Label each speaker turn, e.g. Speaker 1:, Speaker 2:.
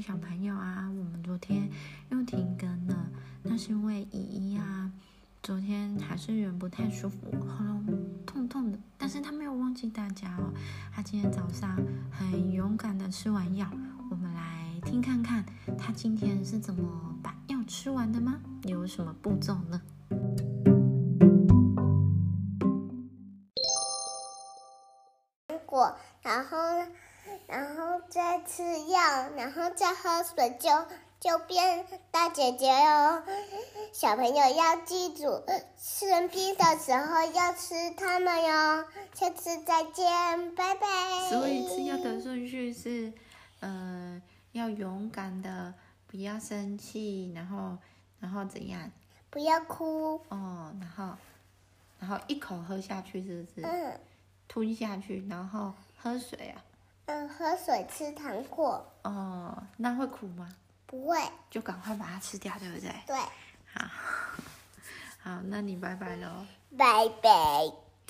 Speaker 1: 小朋友啊，我们昨天又停更了，那是因为依依啊，昨天还是人不太舒服，喉咙痛痛的，但是他没有忘记大家哦，他今天早上很勇敢的吃完药，我们来听看看他今天是怎么把药吃完的吗？有什么步骤呢？
Speaker 2: 果，然后，然后再吃药，然后再喝水就，就变大姐姐哦。小朋友要记住，生病的时候要吃它们哟。下次再见，拜拜。
Speaker 1: 所以吃药的顺序是，呃，要勇敢的，不要生气，然后，然后怎样？
Speaker 2: 不要哭。
Speaker 1: 哦，然后，然后一口喝下去，是不是？
Speaker 2: 嗯
Speaker 1: 吞下去，然后喝水啊。
Speaker 2: 嗯，喝水吃糖果
Speaker 1: 哦，那会苦吗？
Speaker 2: 不会。
Speaker 1: 就赶快把它吃掉，对不对？
Speaker 2: 对，
Speaker 1: 好，好，那你拜拜喽。
Speaker 2: 拜拜。